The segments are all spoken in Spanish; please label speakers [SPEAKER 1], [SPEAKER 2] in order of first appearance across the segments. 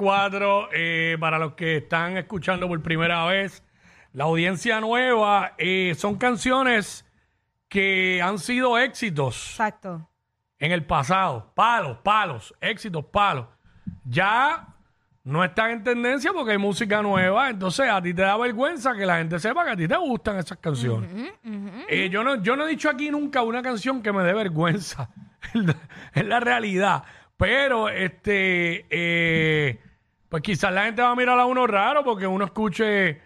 [SPEAKER 1] 94, eh, para los que están escuchando por primera vez, la audiencia nueva eh, son canciones que han sido éxitos
[SPEAKER 2] Exacto.
[SPEAKER 1] en el pasado. Palos, palos, éxitos, palos. Ya no están en tendencia porque hay música nueva, entonces a ti te da vergüenza que la gente sepa que a ti te gustan esas canciones. Eh, yo, no, yo no he dicho aquí nunca una canción que me dé vergüenza, es la- es la realidad. Pero, este, eh, pues quizás la gente va a mirar a uno raro porque uno escuche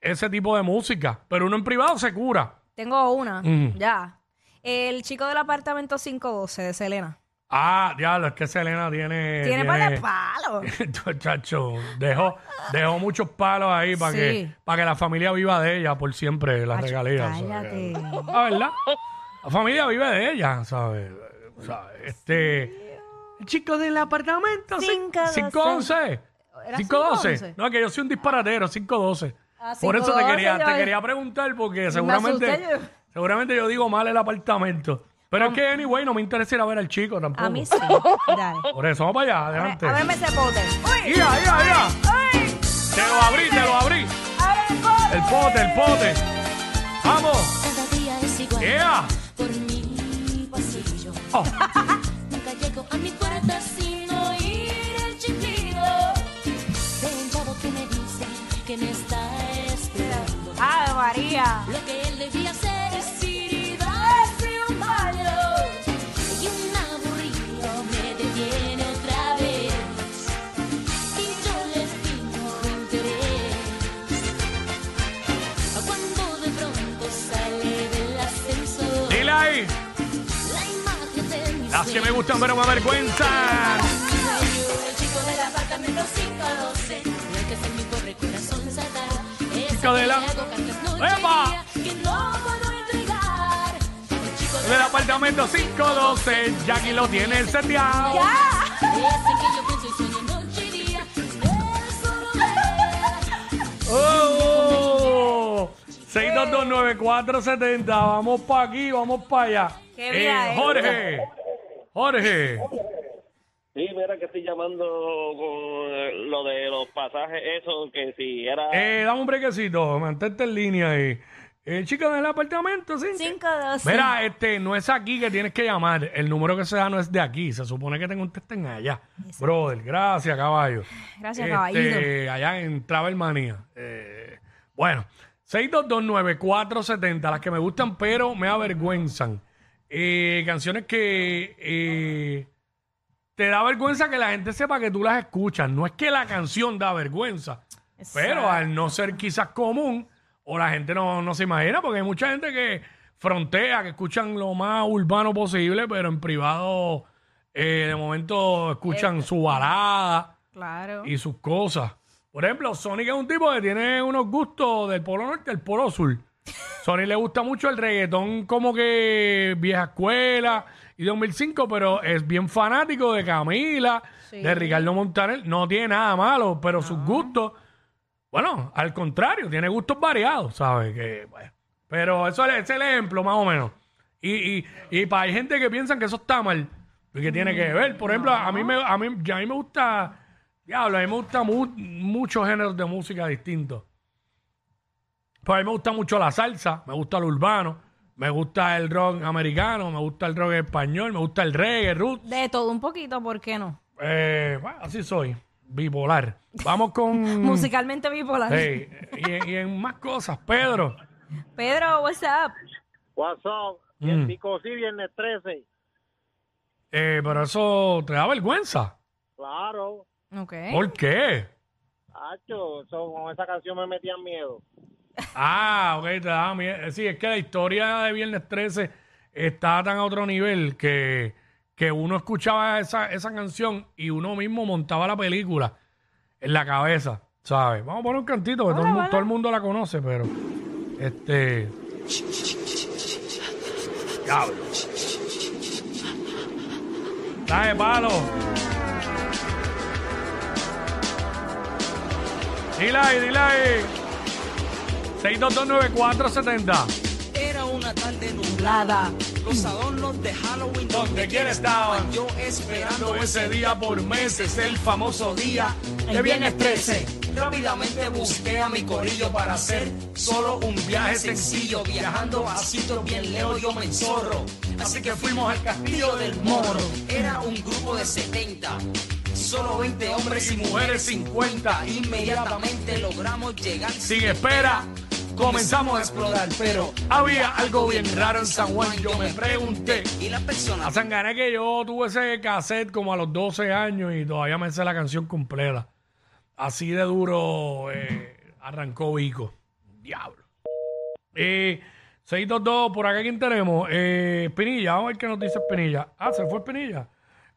[SPEAKER 1] ese tipo de música, pero uno en privado se cura.
[SPEAKER 2] Tengo una, ya. El chico del apartamento 512 de Selena.
[SPEAKER 1] Ah, diablo, es que Selena tiene...
[SPEAKER 2] Tiene par de palos.
[SPEAKER 1] Chacho, dejó, dejó muchos palos ahí para
[SPEAKER 2] Sí.
[SPEAKER 1] que, para que la familia viva de ella por siempre, las
[SPEAKER 2] Acho,
[SPEAKER 1] regalías.
[SPEAKER 2] Cállate.
[SPEAKER 1] La verdad, la familia vive de ella, ¿sabes? O sea, Este. El chico del apartamento,
[SPEAKER 2] Cinco,
[SPEAKER 1] 511.
[SPEAKER 2] ¿Era
[SPEAKER 1] 512.
[SPEAKER 2] 511?
[SPEAKER 1] No, que yo soy un disparatero, 512.
[SPEAKER 2] Ah,
[SPEAKER 1] Por eso te
[SPEAKER 2] 512,
[SPEAKER 1] quería, te
[SPEAKER 2] yo-
[SPEAKER 1] quería preguntar, porque seguramente,
[SPEAKER 2] asusté, yo-
[SPEAKER 1] seguramente yo digo mal el apartamento. Pero es que, anyway, no me interesa ir a ver al chico tampoco.
[SPEAKER 2] A mí sí. Dale.
[SPEAKER 1] Por eso, vamos para allá, adelante.
[SPEAKER 2] Ábreme ese pote. ¡Uy!
[SPEAKER 1] ¡Ya, ya, ya!
[SPEAKER 2] ¡Uy!
[SPEAKER 1] Te lo abrí, te lo abrí.
[SPEAKER 2] ¡Abre el pote!
[SPEAKER 1] El pote, el pote. Vamos.
[SPEAKER 3] Cada día es igual
[SPEAKER 1] Yeah.
[SPEAKER 3] por mi pasillo.
[SPEAKER 1] Oh.
[SPEAKER 3] Nunca llego a mi puerta sin oír el chiflido de un chavo que me dice que me está esperando.
[SPEAKER 2] ¡Ave María!
[SPEAKER 3] Lo que él debía hacer es ir y darse un baño. Y un aburrido me detiene otra vez. Y yo les pido interés. Cuando de pronto sale del ascensor.
[SPEAKER 1] Dile ahí.
[SPEAKER 3] La imagen de mis
[SPEAKER 1] Las que me gustan, pero me avergüenzan.
[SPEAKER 3] sueños. El chico del apartamento 512. El que se me corre corazón sagrado.
[SPEAKER 1] Chico de la- ¡Epa!
[SPEAKER 3] Que no puedo entregar. El chico de
[SPEAKER 1] Del apartamento 512, Jackie lo tiene seteado.
[SPEAKER 3] Ese que yo pienso y sueño noche y día. Él solo ve.
[SPEAKER 1] ¡Oh! 6229470, vamos para aquí, vamos para allá.
[SPEAKER 2] Qué vida, eh.
[SPEAKER 1] Jorge, Jorge,
[SPEAKER 4] Sí, mira que estoy llamando con eh, lo de los pasajes, eso que si era...
[SPEAKER 1] eh, dame un brequecito, mantente en línea ahí. Eh, chica del apartamento 512.
[SPEAKER 2] 512.
[SPEAKER 1] Mira, este, no es aquí que tienes que llamar. El número que se da no es de aquí. Se supone que te contesten allá. Brother, gracias, caballo.
[SPEAKER 2] Gracias,
[SPEAKER 1] Este,
[SPEAKER 2] caballito.
[SPEAKER 1] Allá en Travelmanía. Eh, bueno, 6229470, las que me gustan, pero me avergüenzan. Eh, canciones que eh, te da vergüenza que la gente sepa que tú las escuchas. No es que la canción da vergüenza. Pero al no ser quizás común, o la gente no, no se imagina, porque hay mucha gente que frontea, que escuchan lo más urbano posible, pero en privado eh, de momento
[SPEAKER 2] Eh,
[SPEAKER 1] escuchan su balada
[SPEAKER 2] Claro.
[SPEAKER 1] y sus cosas. Por ejemplo, Sonic es un tipo que tiene unos gustos del polo norte al polo sur. Sonic le gusta mucho el reggaetón como que vieja escuela y 2005, pero es bien fanático de Camila,
[SPEAKER 2] Sí.
[SPEAKER 1] de Ricardo Montaner. No tiene nada malo, pero sus gustos, bueno, al contrario, tiene gustos variados, ¿sabes? Que, bueno, pero eso es, es el ejemplo, más o menos. Y, y, y para hay gente que piensan que eso está mal, y que tiene que ver. Por ejemplo, a mí me, a mí, a mí me gusta, diablo, a mí me gusta mu- muchos géneros de música distintos. Pues a mí me gusta mucho la salsa, me gusta el urbano, me gusta el rock americano, me gusta el rock español, me gusta el reggae, root.
[SPEAKER 2] De todo un poquito, ¿por qué no?
[SPEAKER 1] Eh, bueno, así soy, bipolar. Vamos con...
[SPEAKER 2] Musicalmente bipolar.
[SPEAKER 1] Sí, y, en- y en más cosas, Pedro.
[SPEAKER 2] Pedro, what's up?
[SPEAKER 4] WhatsApp,
[SPEAKER 1] y el Mm.
[SPEAKER 4] pico sí, viernes 13,
[SPEAKER 1] Eh, pero eso te da vergüenza.
[SPEAKER 4] claro,
[SPEAKER 2] Ok.
[SPEAKER 1] ¿Por qué?
[SPEAKER 4] hacho, con esa canción me metían miedo.
[SPEAKER 1] Ah, ok, te da miedo. Sí, es que la historia de Viernes 13 está tan a otro nivel que, que uno escuchaba esa, esa canción y uno mismo montaba la película en la cabeza, ¿sabes? Vamos a poner un cantito, que todo, el, mu- todo el mundo la conoce, pero... Este... Diablo. Dale, palo. Dile ahí, dile ahí. 6229470.
[SPEAKER 5] Era una tarde nublada Los adornos de Halloween
[SPEAKER 1] Donde quiera estaban.
[SPEAKER 5] Yo esperando
[SPEAKER 1] ese día por meses, el famoso día
[SPEAKER 5] de viernes 13. Rápidamente busqué a mi corillo para hacer solo un viaje sencillo. Viajando a sitios bien lejos yo me enzorro. Así que fuimos al castillo del Moro. Era un grupo de 70. Solo 20 hombres y mujeres 50. Inmediatamente logramos llegar
[SPEAKER 1] Sin espera, comenzamos a explorar, pero había algo bien raro en San Juan. Yo me pregunté.
[SPEAKER 5] Y las
[SPEAKER 1] La
[SPEAKER 5] personas
[SPEAKER 1] sangané que yo tuve ese cassette como a los 12 años y todavía me sé la canción completa. Así de duro eh, arrancó Vico. Diablo. Eh, 622, por acá quién tenemos. Eh, Pinilla, vamos a ver qué nos dice Pinilla. Ah, se fue Pinilla.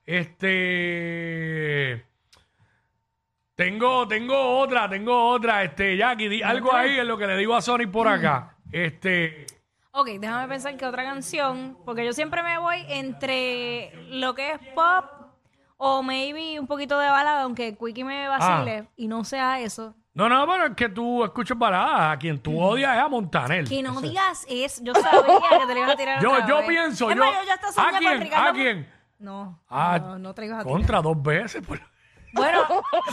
[SPEAKER 1] Este. Tengo, tengo otra, tengo otra. Este, Jackie, di algo ahí es lo que le digo a Sony por acá. Este.
[SPEAKER 2] Ok, déjame pensar que otra canción, porque yo siempre me voy entre lo que es pop o maybe un poquito de balada, aunque Quickie me vacile
[SPEAKER 1] Ah.
[SPEAKER 2] y no sea eso.
[SPEAKER 1] No, no, pero es que tú escuchas baladas. A quien tú odias es a Montanel.
[SPEAKER 2] Que no digas es, yo sabía que te lo ibas a tirar.
[SPEAKER 1] Yo,
[SPEAKER 2] otra
[SPEAKER 1] yo
[SPEAKER 2] vez.
[SPEAKER 1] pienso,
[SPEAKER 2] Es
[SPEAKER 1] yo.
[SPEAKER 2] más, yo ya hasta soñé
[SPEAKER 1] ¿A
[SPEAKER 2] con
[SPEAKER 1] quién?
[SPEAKER 2] Ricardo.
[SPEAKER 1] ¿A quién?
[SPEAKER 2] No,
[SPEAKER 1] Ah,
[SPEAKER 2] no, no traigas a ti.
[SPEAKER 1] Contra dos veces. por-
[SPEAKER 2] Bueno,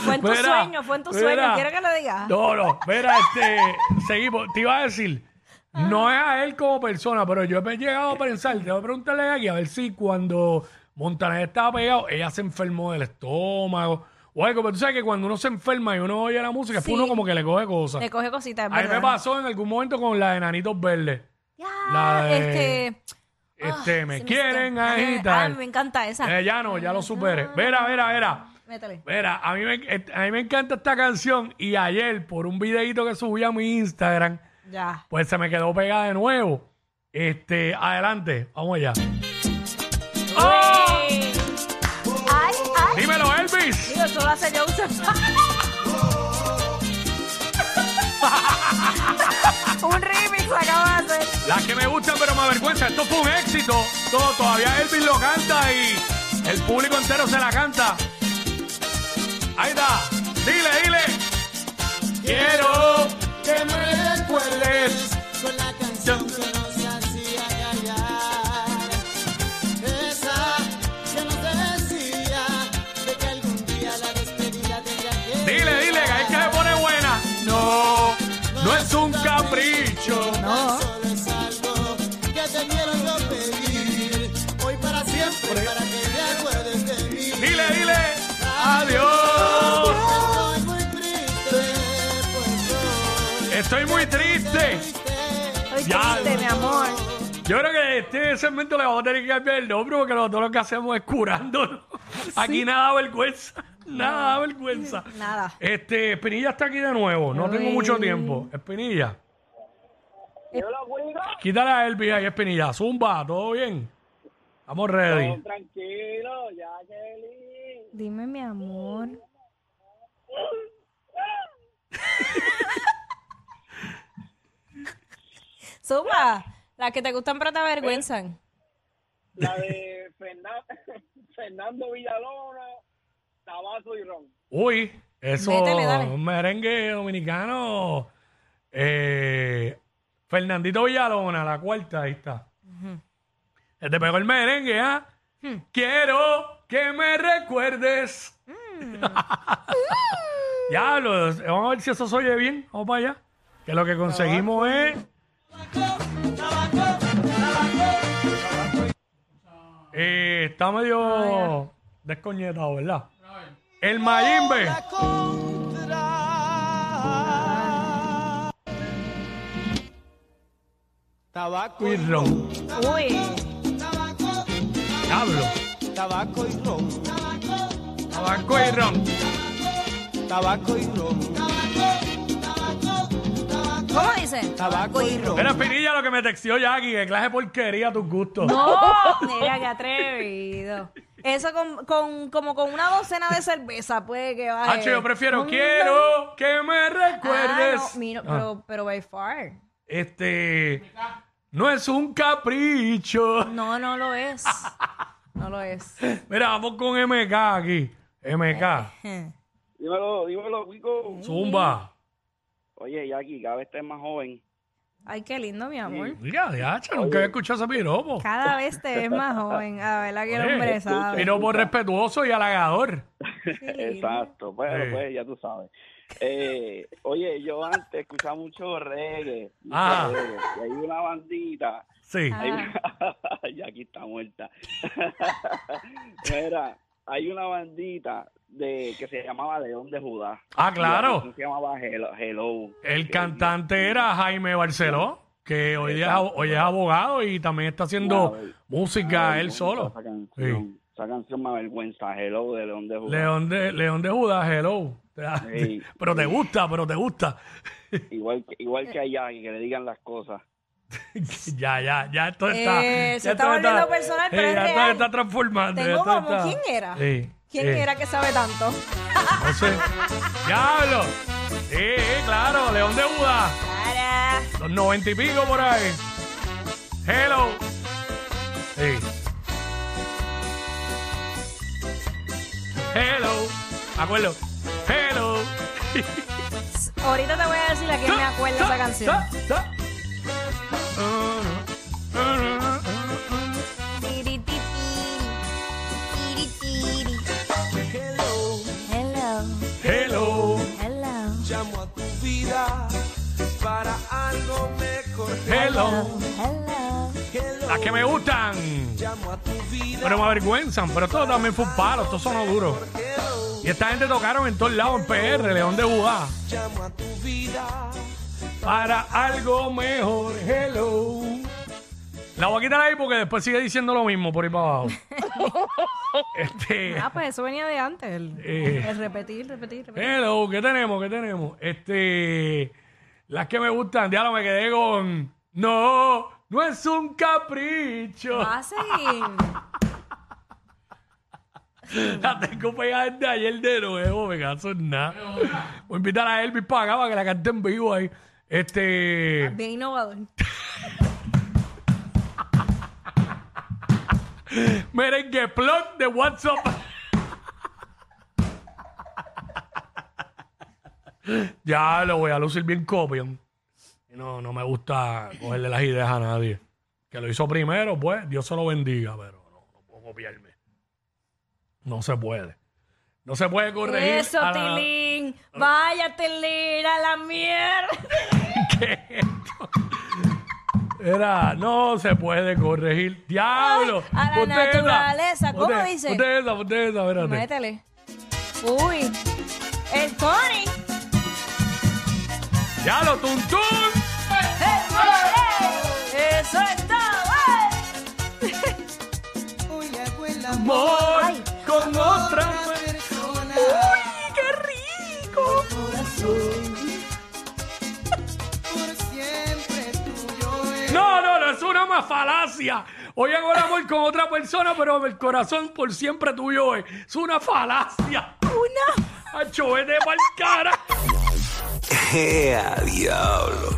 [SPEAKER 2] fue en tu
[SPEAKER 1] Mira,
[SPEAKER 2] sueño, fue en tu
[SPEAKER 1] mira.
[SPEAKER 2] sueño. ¿Quieres que lo digas?
[SPEAKER 1] No, no. Mira, este. seguimos. Te iba a decir.
[SPEAKER 2] Ah.
[SPEAKER 1] No es a él como persona, pero yo me he llegado a pensar. Te voy a preguntarle a Jackie a ver si cuando Montaner estaba pegado, ella se enfermó del estómago. O algo, pero tú sabes que cuando uno se enferma y uno oye la música, es
[SPEAKER 2] Sí.
[SPEAKER 1] uno como que le coge cosas.
[SPEAKER 2] Le coge cositas. es
[SPEAKER 1] A mí me
[SPEAKER 2] verdad.
[SPEAKER 1] pasó en algún momento con la de Nanitos Verdes.
[SPEAKER 2] Ya,
[SPEAKER 1] La de-
[SPEAKER 2] este.
[SPEAKER 1] Este,
[SPEAKER 2] ah,
[SPEAKER 1] me
[SPEAKER 2] se
[SPEAKER 1] quieren
[SPEAKER 2] escapa.
[SPEAKER 1] agitar.
[SPEAKER 2] Ay, me encanta esa.
[SPEAKER 1] Eh, ya no, ya lo superé. Verá, verá, verá.
[SPEAKER 2] Métele.
[SPEAKER 1] Mira, a mí, me, eh, a mí me encanta esta canción y ayer por un videito que subí a mi Instagram,
[SPEAKER 2] Ya.
[SPEAKER 1] pues se me quedó pegada de nuevo. Este, adelante, vamos allá. ¡Oh!
[SPEAKER 2] Ay, ay.
[SPEAKER 1] Dímelo, Elvis.
[SPEAKER 2] Digo, eso lo hace Joseph. Un remix acaba de hacer.
[SPEAKER 1] Las que me gustan pero me avergüenza. Esto fue un éxito. Todo, todavía Elvis lo canta y el público entero se la canta. Ahí está. Dile, dile. Quiero que me recuerdes.
[SPEAKER 6] con la canción que no se hacía callar. Esa que no te decía de que algún día la despedida tendría que
[SPEAKER 1] Dile, dile, que es que se pone buena. No, no es un capricho.
[SPEAKER 6] Solo es algo que te quiero yo pedir. Hoy para siempre, para que recuerdes de mí.
[SPEAKER 1] Dile, dile, adiós.
[SPEAKER 6] Estoy muy triste, pues
[SPEAKER 1] Estoy muy triste.
[SPEAKER 2] Estoy
[SPEAKER 1] Ya.
[SPEAKER 2] triste, mi amor.
[SPEAKER 1] Yo creo que este segmento le vamos a tener que cambiar el nombre porque nosotros lo que hacemos es curándonos. Aquí nada da vergüenza. Nada da vergüenza.
[SPEAKER 2] Nada.
[SPEAKER 1] Este, Espinilla está aquí de nuevo. No tengo mucho tiempo. Espinilla. Quítale a Elvis ahí, Espinilla. Zumba, ¿todo bien? Estamos ready.
[SPEAKER 4] Tranquilo, Jacqueline.
[SPEAKER 2] Dime, mi amor. Suma, las que te gustan pero te avergüenzan.
[SPEAKER 4] La de Fernando, Fernando Villalona, Tabaco y Ron.
[SPEAKER 1] Uy, eso
[SPEAKER 2] Métele, dale.
[SPEAKER 1] un merengue dominicano. Eh, Fernandito Villalona, la cuarta, ahí está. Te pegó el merengue, ¿ah?
[SPEAKER 2] Hmm.
[SPEAKER 1] Quiero que me recuerdes.
[SPEAKER 2] Mm.
[SPEAKER 1] Diablo, vamos a ver si eso se oye bien. Vamos para allá. Que lo que conseguimos es. Eh, está medio descoñetado, ¿verdad? El Mayimbe.
[SPEAKER 6] Tabaco
[SPEAKER 1] y ron.
[SPEAKER 2] Uy,
[SPEAKER 1] Diablo.
[SPEAKER 6] tabaco y ron,
[SPEAKER 1] Tabaco y ron.
[SPEAKER 6] tabaco y ron,
[SPEAKER 2] ¿cómo dice?
[SPEAKER 6] tabaco y ron.
[SPEAKER 1] Era Pinilla lo que me textió Jackie, que clase de porquería a tus gustos.
[SPEAKER 2] No, mira qué atrevido. Eso con, con, como con una docena de cerveza, puede que baje.
[SPEAKER 1] Hacho, yo Ah, prefiero
[SPEAKER 2] Mm.
[SPEAKER 1] quiero que me
[SPEAKER 2] Ah,
[SPEAKER 1] recuerdes.
[SPEAKER 2] no, mira,
[SPEAKER 1] Ah,
[SPEAKER 2] pero, pero by far.
[SPEAKER 1] Este. No es un capricho.
[SPEAKER 2] No, no lo es. No lo es.
[SPEAKER 1] Mira, vamos con MK aquí. MK.
[SPEAKER 4] Dímelo, dímelo, Wico.
[SPEAKER 1] Zumba.
[SPEAKER 4] Oye, Jackie, cada vez estás más joven.
[SPEAKER 2] Ay, qué lindo, mi amor.
[SPEAKER 1] Ya, de hacha, nunca había escuchado ese piropo.
[SPEAKER 2] Cada vez te ves más joven. A ver, la que el
[SPEAKER 1] Oye,
[SPEAKER 2] hombre sabe.
[SPEAKER 1] Piropo respetuoso y halagador.
[SPEAKER 4] Exacto, bueno,
[SPEAKER 1] Sí.
[SPEAKER 4] pues ya tú sabes. Eh, oye, yo antes escuchaba mucho reggae. mucho
[SPEAKER 1] Ah.
[SPEAKER 4] reggae, Y hay una bandita.
[SPEAKER 1] Sí.
[SPEAKER 2] Ah.
[SPEAKER 4] hay una- ya aquí está muerta. Mira, hay una bandita de que se llamaba León de Judá.
[SPEAKER 1] Ah, claro.
[SPEAKER 4] Y la canción Se llamaba Hello. Hello.
[SPEAKER 1] El
[SPEAKER 4] Que-
[SPEAKER 1] cantante era Jaime Barceló, que hoy día es abo- hoy es abogado y también está haciendo
[SPEAKER 4] Claro.
[SPEAKER 1] música él
[SPEAKER 4] vergüenza
[SPEAKER 1] solo.
[SPEAKER 4] Esa canción, esa canción me avergüenza, Hello de León de Judá.
[SPEAKER 1] León de, León de Judas, hello. Te da-
[SPEAKER 4] Sí.
[SPEAKER 1] Pero te gusta, pero te gusta.
[SPEAKER 4] Igual, que- igual que allá, que le digan las cosas.
[SPEAKER 1] ya, ya, ya esto
[SPEAKER 2] Eh,
[SPEAKER 1] está.
[SPEAKER 2] se
[SPEAKER 1] ya
[SPEAKER 2] está
[SPEAKER 1] esto
[SPEAKER 2] volviendo personal, pero
[SPEAKER 1] Sí,
[SPEAKER 2] es
[SPEAKER 1] ya esto
[SPEAKER 2] real.
[SPEAKER 1] está transformando.
[SPEAKER 2] Tengo
[SPEAKER 1] esto
[SPEAKER 2] como,
[SPEAKER 1] está-
[SPEAKER 2] ¿quién era?
[SPEAKER 1] Sí,
[SPEAKER 2] ¿Quién
[SPEAKER 1] sí.
[SPEAKER 2] era que sabe tanto?
[SPEAKER 1] No sé. ¡Diablo! Sí, sí, claro, León de Buda.
[SPEAKER 2] Para.
[SPEAKER 1] Los noventa y pico por ahí. Hello. Sí. Hello. Acuerdo. Hello.
[SPEAKER 2] Ahorita te voy a decir a quién me acuerdo esa canción.
[SPEAKER 1] Ta, ta. Ah, ah, ah, ah, ah.
[SPEAKER 2] Tiri, ti, tiri. Tiri, tiri. Hello.
[SPEAKER 1] Hello.
[SPEAKER 2] Hello.
[SPEAKER 5] Llamo a tu vida para algo mejor.
[SPEAKER 1] Hello.
[SPEAKER 2] Hello.
[SPEAKER 1] Las que me gustan.
[SPEAKER 5] Llamo a tu vida.
[SPEAKER 1] Pero me avergüenzan. Pero esto también fue un palo. Esto sonó duro. Y esta gente tocaron en todos lados en PR, León de Bugá.
[SPEAKER 5] Llamo a tu vida.
[SPEAKER 1] Para algo mejor. Hello. La voy a quitar ahí porque después sigue diciendo lo mismo por ahí para abajo. este.
[SPEAKER 2] Ah, pues eso venía de antes. El,
[SPEAKER 1] eh,
[SPEAKER 2] el repetir, repetir, repetir.
[SPEAKER 1] Hello, ¿qué tenemos? ¿Qué tenemos? Este, las que me gustan, diablo, me quedé con. No, no es un capricho.
[SPEAKER 2] Va a seguir.
[SPEAKER 1] La tengo pegada desde ayer de nuevo, me caso en nada. Voy a invitar a Elvis para acá para que la cante en vivo ahí. Este,
[SPEAKER 2] Bien innovador.
[SPEAKER 1] merengue plot de WhatsApp. ya lo voy a lucir bien copión. Y No, no me gusta cogerle las ideas a nadie. Que lo hizo primero, pues, Dios se lo bendiga, pero no, no puedo copiarme. No se puede. No se puede corregir.
[SPEAKER 2] Eso,
[SPEAKER 1] a la-
[SPEAKER 2] Tilín. Vaya, Tilín, a la mierda.
[SPEAKER 1] ¿Qué es esto? Era, no se puede corregir. ¡Diablo!
[SPEAKER 2] Ay, a la
[SPEAKER 1] Ponte esa,
[SPEAKER 2] naturaleza. ¿Cómo
[SPEAKER 1] ponte-
[SPEAKER 2] dice?
[SPEAKER 1] Ponte esa, ponte esa, espérate.
[SPEAKER 2] Métele. Uy. El Tony.
[SPEAKER 1] ¡Diablo, tuntún!
[SPEAKER 2] Eso está. güey.
[SPEAKER 6] Hoy hago el amor
[SPEAKER 1] Amor
[SPEAKER 2] Ay.
[SPEAKER 1] con
[SPEAKER 6] a
[SPEAKER 1] otra.
[SPEAKER 6] otra persona.
[SPEAKER 2] ¡Qué rico!
[SPEAKER 6] Por siempre tuyo es.
[SPEAKER 1] No, no, no, es una más falacia. Hoy hago el amor con otra persona, pero el corazón por siempre tuyo es. Es una falacia.
[SPEAKER 2] Una.
[SPEAKER 1] Hacho, vete pa'l cara.
[SPEAKER 7] ¡Ea, diablo!